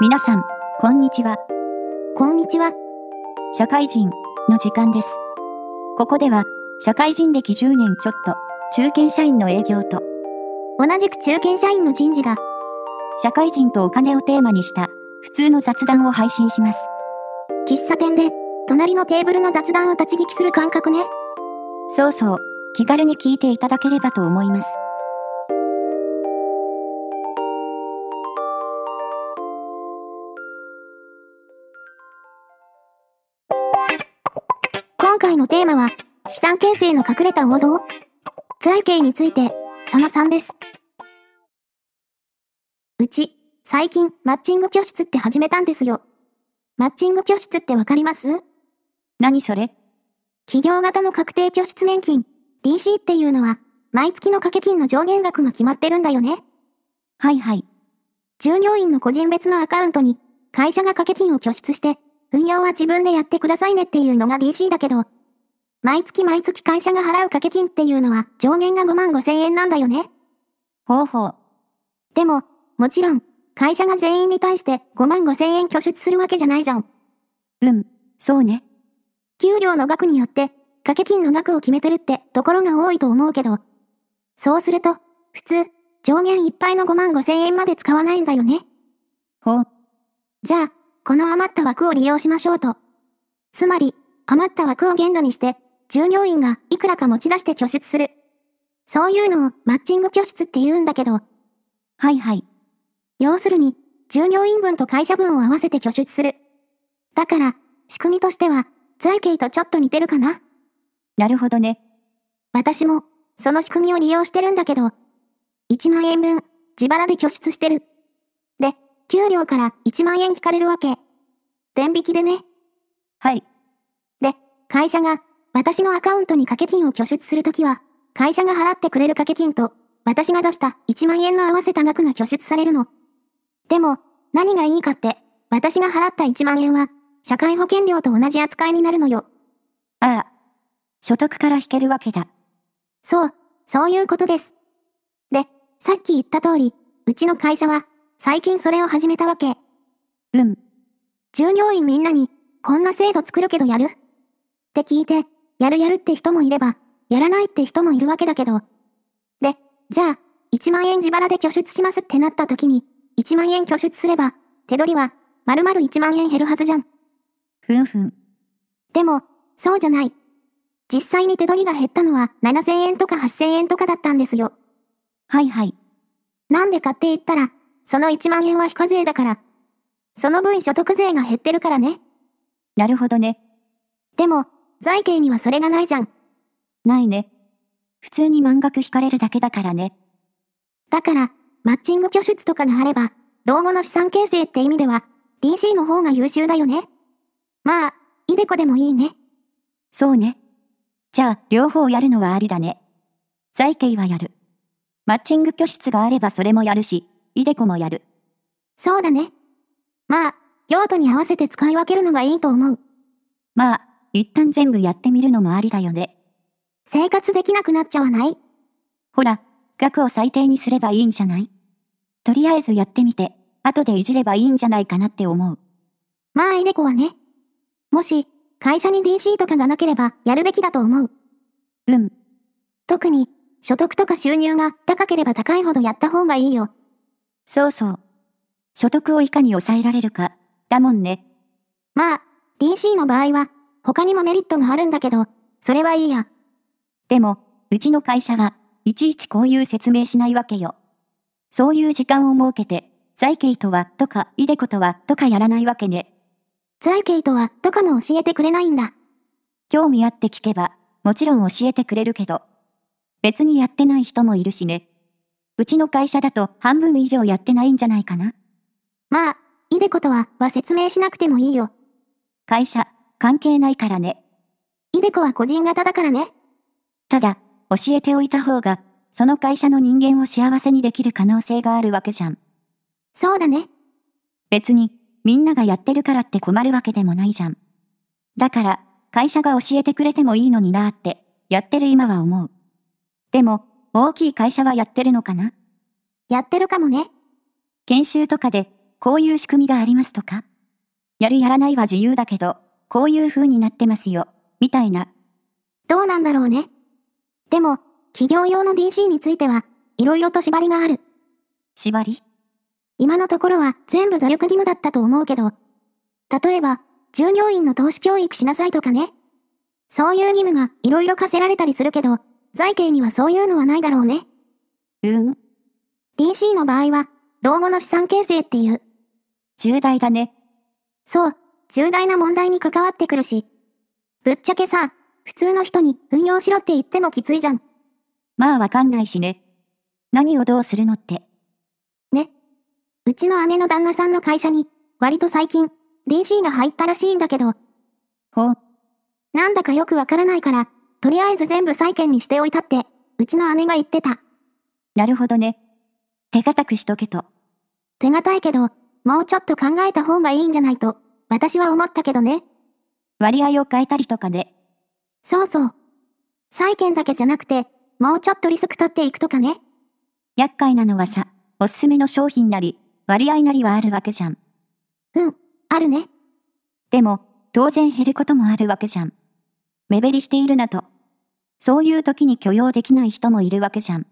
皆さん、こんにちは。こんにちは。社会人の時間です。ここでは、社会人歴10年ちょっと、中堅社員の営業と、同じく中堅社員の人事が、社会人とお金をテーマにした、普通の雑談を配信します。喫茶店で、隣のテーブルの雑談を立ち聞きする感覚ね。そうそう、気軽に聞いていただければと思います。今回のテーマは、資産形成の隠れた王道財形について、その3です。うち、最近、マッチング教室って始めたんですよ。マッチング教室ってわかります何それ企業型の確定拠出年金、DC っていうのは、毎月の掛け金の上限額が決まってるんだよね。はいはい。従業員の個人別のアカウントに、会社が掛け金を拠出して、運用は自分でやってくださいねっていうのが DC だけど、毎月毎月会社が払う掛け金っていうのは上限が5万5千円なんだよね。ほうほう。でも、もちろん、会社が全員に対して5万5千円拠出するわけじゃないじゃん。うん、そうね。給料の額によって、掛け金の額を決めてるってところが多いと思うけど、そうすると、普通、上限いっぱいの5万5千円まで使わないんだよね。ほう。じゃあ、この余った枠を利用しましょうと。つまり、余った枠を限度にして、従業員がいくらか持ち出して拠出する。そういうのをマッチング拠出って言うんだけど、はいはい。要するに、従業員分と会社分を合わせて拠出する。だから、仕組みとしては、財形とちょっと似てるかな。なるほどね。私も、その仕組みを利用してるんだけど、1万円分、自腹で拠出してる。で、給料から1万円引かれるわけ。天引きでね。はい。で、会社が、私のアカウントに掛け金を拠出するときは、会社が払ってくれる掛け金と、私が出した1万円の合わせた額が拠出されるの。でも、何がいいかって、私が払った1万円は、社会保険料と同じ扱いになるのよ。ああ。所得から引けるわけだ。そう、そういうことです。で、さっき言った通り、うちの会社は、最近それを始めたわけ。うん、従業員みんなに、こんな制度作るけどやるって聞いて、やるやるって人もいれば、やらないって人もいるわけだけど。で、じゃあ、1万円自腹で拠出しますってなった時に、1万円拠出すれば、手取りは、丸々1万円減るはずじゃん。ふんふん。でも、そうじゃない。実際に手取りが減ったのは、7000円とか8000円とかだったんですよ。はいはい。なんでかって言ったら、その1万円は非課税だから。その分所得税が減ってるからね。なるほどね。でも、財形にはそれがないじゃん。ないね。普通に満額引かれるだけだからね。だから、マッチング拠出とかがあれば、老後の資産形成って意味では、DC の方が優秀だよね。まあ、イデコでもいいね。そうね。じゃあ、両方やるのはありだね。財形はやる。マッチング拠出があればそれもやるし、イデコもやる。そうだね。まあ、用途に合わせて使い分けるのがいいと思う。まあ、一旦全部やってみるのもありだよね。生活できなくなっちゃわないほら、額を最低にすればいいんじゃないとりあえずやってみて、後でいじればいいんじゃないかなって思う。まあ、イデコはね。もし、会社に DC とかがなければ、やるべきだと思う。うん、特に、所得とか収入が高ければ高いほどやった方がいいよ。そうそう。所得をいかに抑えられるか、だもんね。まあ、DC の場合は、他にもメリットがあるんだけど、それはいいや。でも、うちの会社はいちいちこういう説明しないわけよ。そういう時間を設けて、財形とはとか、イデコとはとかやらないわけね。財形とは、とかも教えてくれないんだ。興味あって聞けば、もちろん教えてくれるけど。別にやってない人もいるしね。うちの会社だと半分以上やってないんじゃないかな。まあ、イデコとは、は説明しなくてもいいよ。会社、関係ないからね。イデコは個人型だからね。ただ、教えておいた方が、その会社の人間を幸せにできる可能性があるわけじゃん。そうだね。別に、みんながやってるからって困るわけでもないじゃん。だから、会社が教えてくれてもいいのになーって、やってる今は思う。でも、大きい会社はやってるのかなやってるかもね。研修とかで、こういう仕組みがありますとかやるやらないは自由だけど、こういう風になってますよ、みたいな。どうなんだろうね。でも、企業用の DG については、いろいろと縛りがある。縛り今のところは全部努力義務だったと思うけど、例えば、従業員の投資教育しなさいとかね。そういう義務がいろいろ課せられたりするけど、財形にはそういうのはないだろうね。うん、 DG の場合は、老後の資産形成っていう、重大だね。そう、重大な問題に関わってくるし。ぶっちゃけさ、普通の人に運用しろって言ってもきついじゃん。まあわかんないしね。何をどうするのって。うちの姉の旦那さんの会社に、割と最近、DG が入ったらしいんだけど、ほう、なんだかよくわからないから、とりあえず全部債券にしておいたって、うちの姉が言ってた。なるほどね。手堅くしとけと。手堅いけど、もうちょっと考えた方がいいんじゃないと、私は思ったけどね。割合を変えたりとかで。そうそう。債券だけじゃなくて、もうちょっとリスク取っていくとかね。厄介なのはさ、おすすめの商品なり、割合なりはあるわけじゃん。あるね。でも、当然減ることもあるわけじゃん。目減りしているなと。そういう時に許容できない人もいるわけじゃん。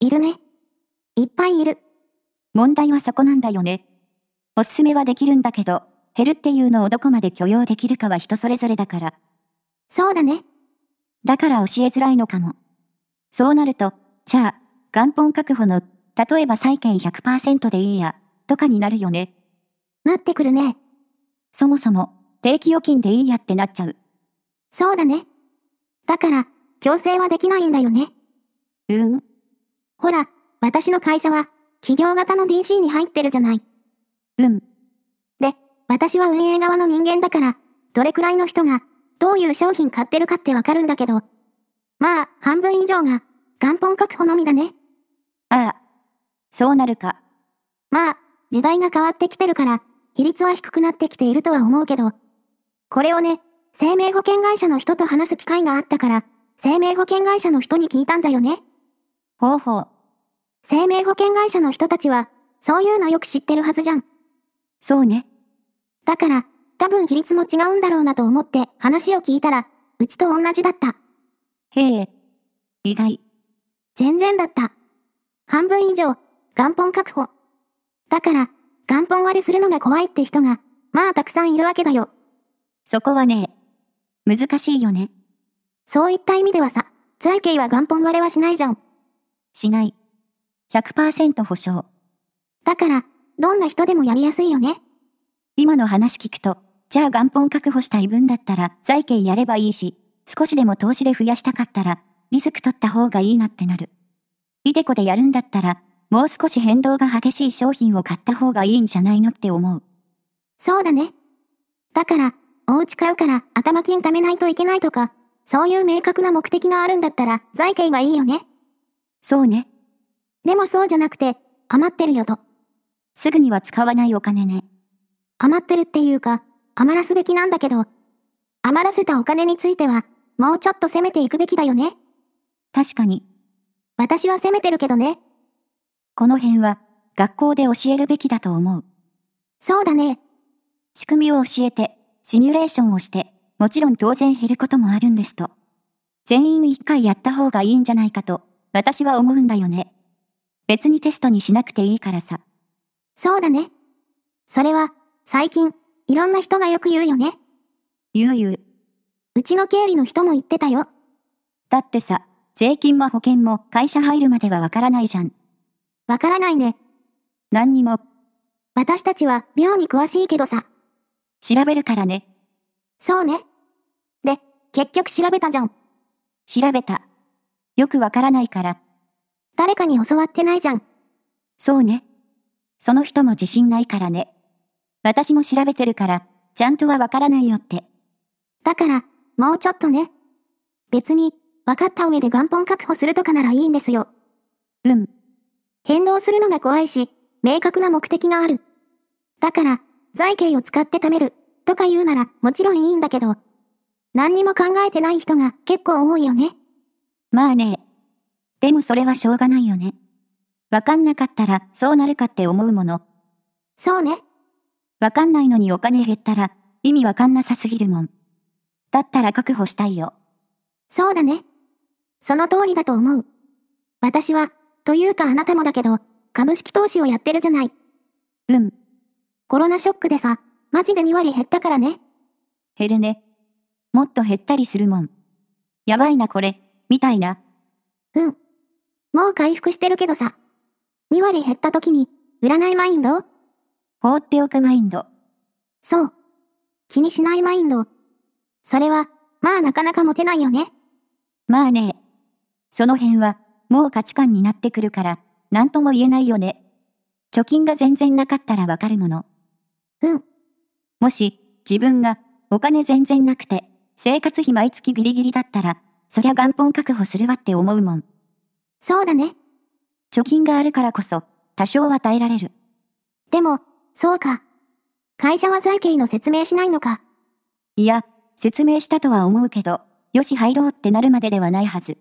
いるね。いっぱいいる。問題はそこなんだよね。おすすめはできるんだけど、減るっていうのをどこまで許容できるかは人それぞれだから。そうだね。だから教えづらいのかも。そうなると、じゃあ、元本確保の、例えば債券100%でいいや、とかになるよね。なってくるね。そもそも、定期預金でいいやってなっちゃう。そうだね。だから、強制はできないんだよね。うん、ほら、私の会社は、企業型の DG に入ってるじゃない。うん、私は運営側の人間だから、どれくらいの人が、どういう商品買ってるかってわかるんだけど。まあ、半分以上が、元本確保のみだね。ああ。そうなるか。まあ、時代が変わってきてるから、比率は低くなってきているとは思うけど。これをね、生命保険会社の人と話す機会があったから、生命保険会社の人に聞いたんだよね。ほうほう。生命保険会社の人たちは、そういうのよく知ってるはずじゃん。そうね。だから、多分比率も違うんだろうなと思って話を聞いたら、うちと同じだった。へえ。意外。全然だった。半分以上、元本確保。だから、元本割れするのが怖いって人が、まあたくさんいるわけだよ。そこはね、難しいよね。そういった意味ではさ、財形は元本割れはしないじゃん。しない。100%保証。だから、どんな人でもやりやすいよね。今の話聞くと、じゃあ元本確保したい分だったら財形やればいいし、少しでも投資で増やしたかったら、リスク取った方がいいなってなる。イデコでやるんだったら、もう少し変動が激しい商品を買った方がいいんじゃないのって思う。そうだね。だから、お家買うから頭金貯めないといけないとか、そういう明確な目的があるんだったら、財形がいいよね。そうね。でもそうじゃなくて、余ってるよと。すぐには使わないお金ね。余ってるっていうか、余らすべきなんだけど、余らせたお金については、もうちょっと攻めていくべきだよね。確かに、私は攻めてるけどね。この辺は学校で教えるべきだと思う。そうだね。仕組みを教えて、シミュレーションをして、もちろん当然減ることもあるんですと。全員一回やった方がいいんじゃないかと、私は思うんだよね。別にテストにしなくていいからさ。そうだね。それは、最近、いろんな人がよく言うよね。ゆうゆう。うちの経理の人も言ってたよ。だってさ、税金も保険も会社入るまではわからないじゃん。わからないね。何にも、私たちは、妙に詳しいけどさ。調べるからね。そうね。で、結局調べたじゃん。調べた。よくわからないから、誰かに教わってないじゃん。そうね。その人も自信ないからね。私も調べてるから、ちゃんとはわからないよって。だから、もうちょっとね。別に、分かった上で元本確保するとかならいいんですよ。うん、変動するのが怖いし、明確な目的がある。だから、財形を使って貯める、とか言うならもちろんいいんだけど、何にも考えてない人が結構多いよね。まあね。でもそれはしょうがないよね。わかんなかったらそうなるかって思うもの。そうね。わかんないのにお金減ったら、意味わかんなさすぎるもん。だったら確保したいよ。そうだね。その通りだと思う。私は、というかあなたもだけど、株式投資をやってるじゃない。うん、コロナショックでさ、マジで2割減ったからね。減るね。もっと減ったりするもん。やばいなこれ、みたいな。うん。もう回復してるけどさ。2割減った時に、占いマインド放っておくマインド。そう。気にしないマインド。それは、まあなかなか持てないよね。まあね。その辺は、もう価値観になってくるから、なんとも言えないよね。貯金が全然なかったらわかるもの。うん。もし、自分が、お金全然なくて、生活費毎月ギリギリだったら、そりゃ元本確保するわって思うもん。そうだね。貯金があるからこそ、多少は耐えられる。でも、そうか。会社は財形の説明しないのか。いや、説明したとは思うけど、よし入ろうってなるまでではないはず。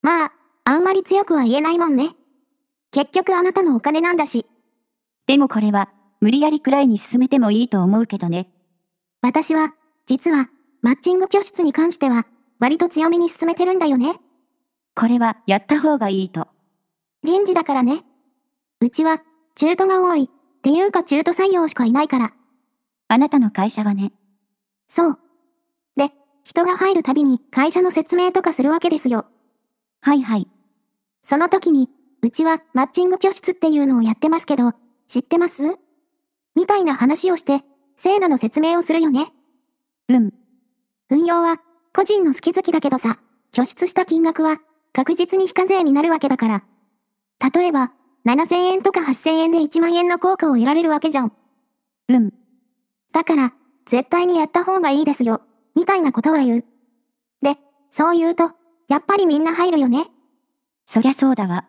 まあ、あんまり強くは言えないもんね。結局あなたのお金なんだし、でもこれは、無理やりくらいに進めてもいいと思うけどね。私は、実は、マッチング教室に関しては、割と強めに進めてるんだよね。これは、やった方がいいと。人事だからね。うちは、中途が多い。っていうか中途採用しかいないから。あなたの会社はね。そう。で、人が入るたびに会社の説明とかするわけですよ。はいはい。その時に、うちはマッチング教室っていうのをやってますけど、知ってますみたいな話をして、制度の説明をするよね。うん。運用は、個人の好き好きだけどさ、拠出した金額は、確実に非課税になるわけだから。例えば、7000円とか8000円で1万円の効果を得られるわけじゃん。うん。だから、絶対にやった方がいいですよ、みたいなことは言う。で、そう言うと、やっぱりみんな入るよね。そりゃそうだわ。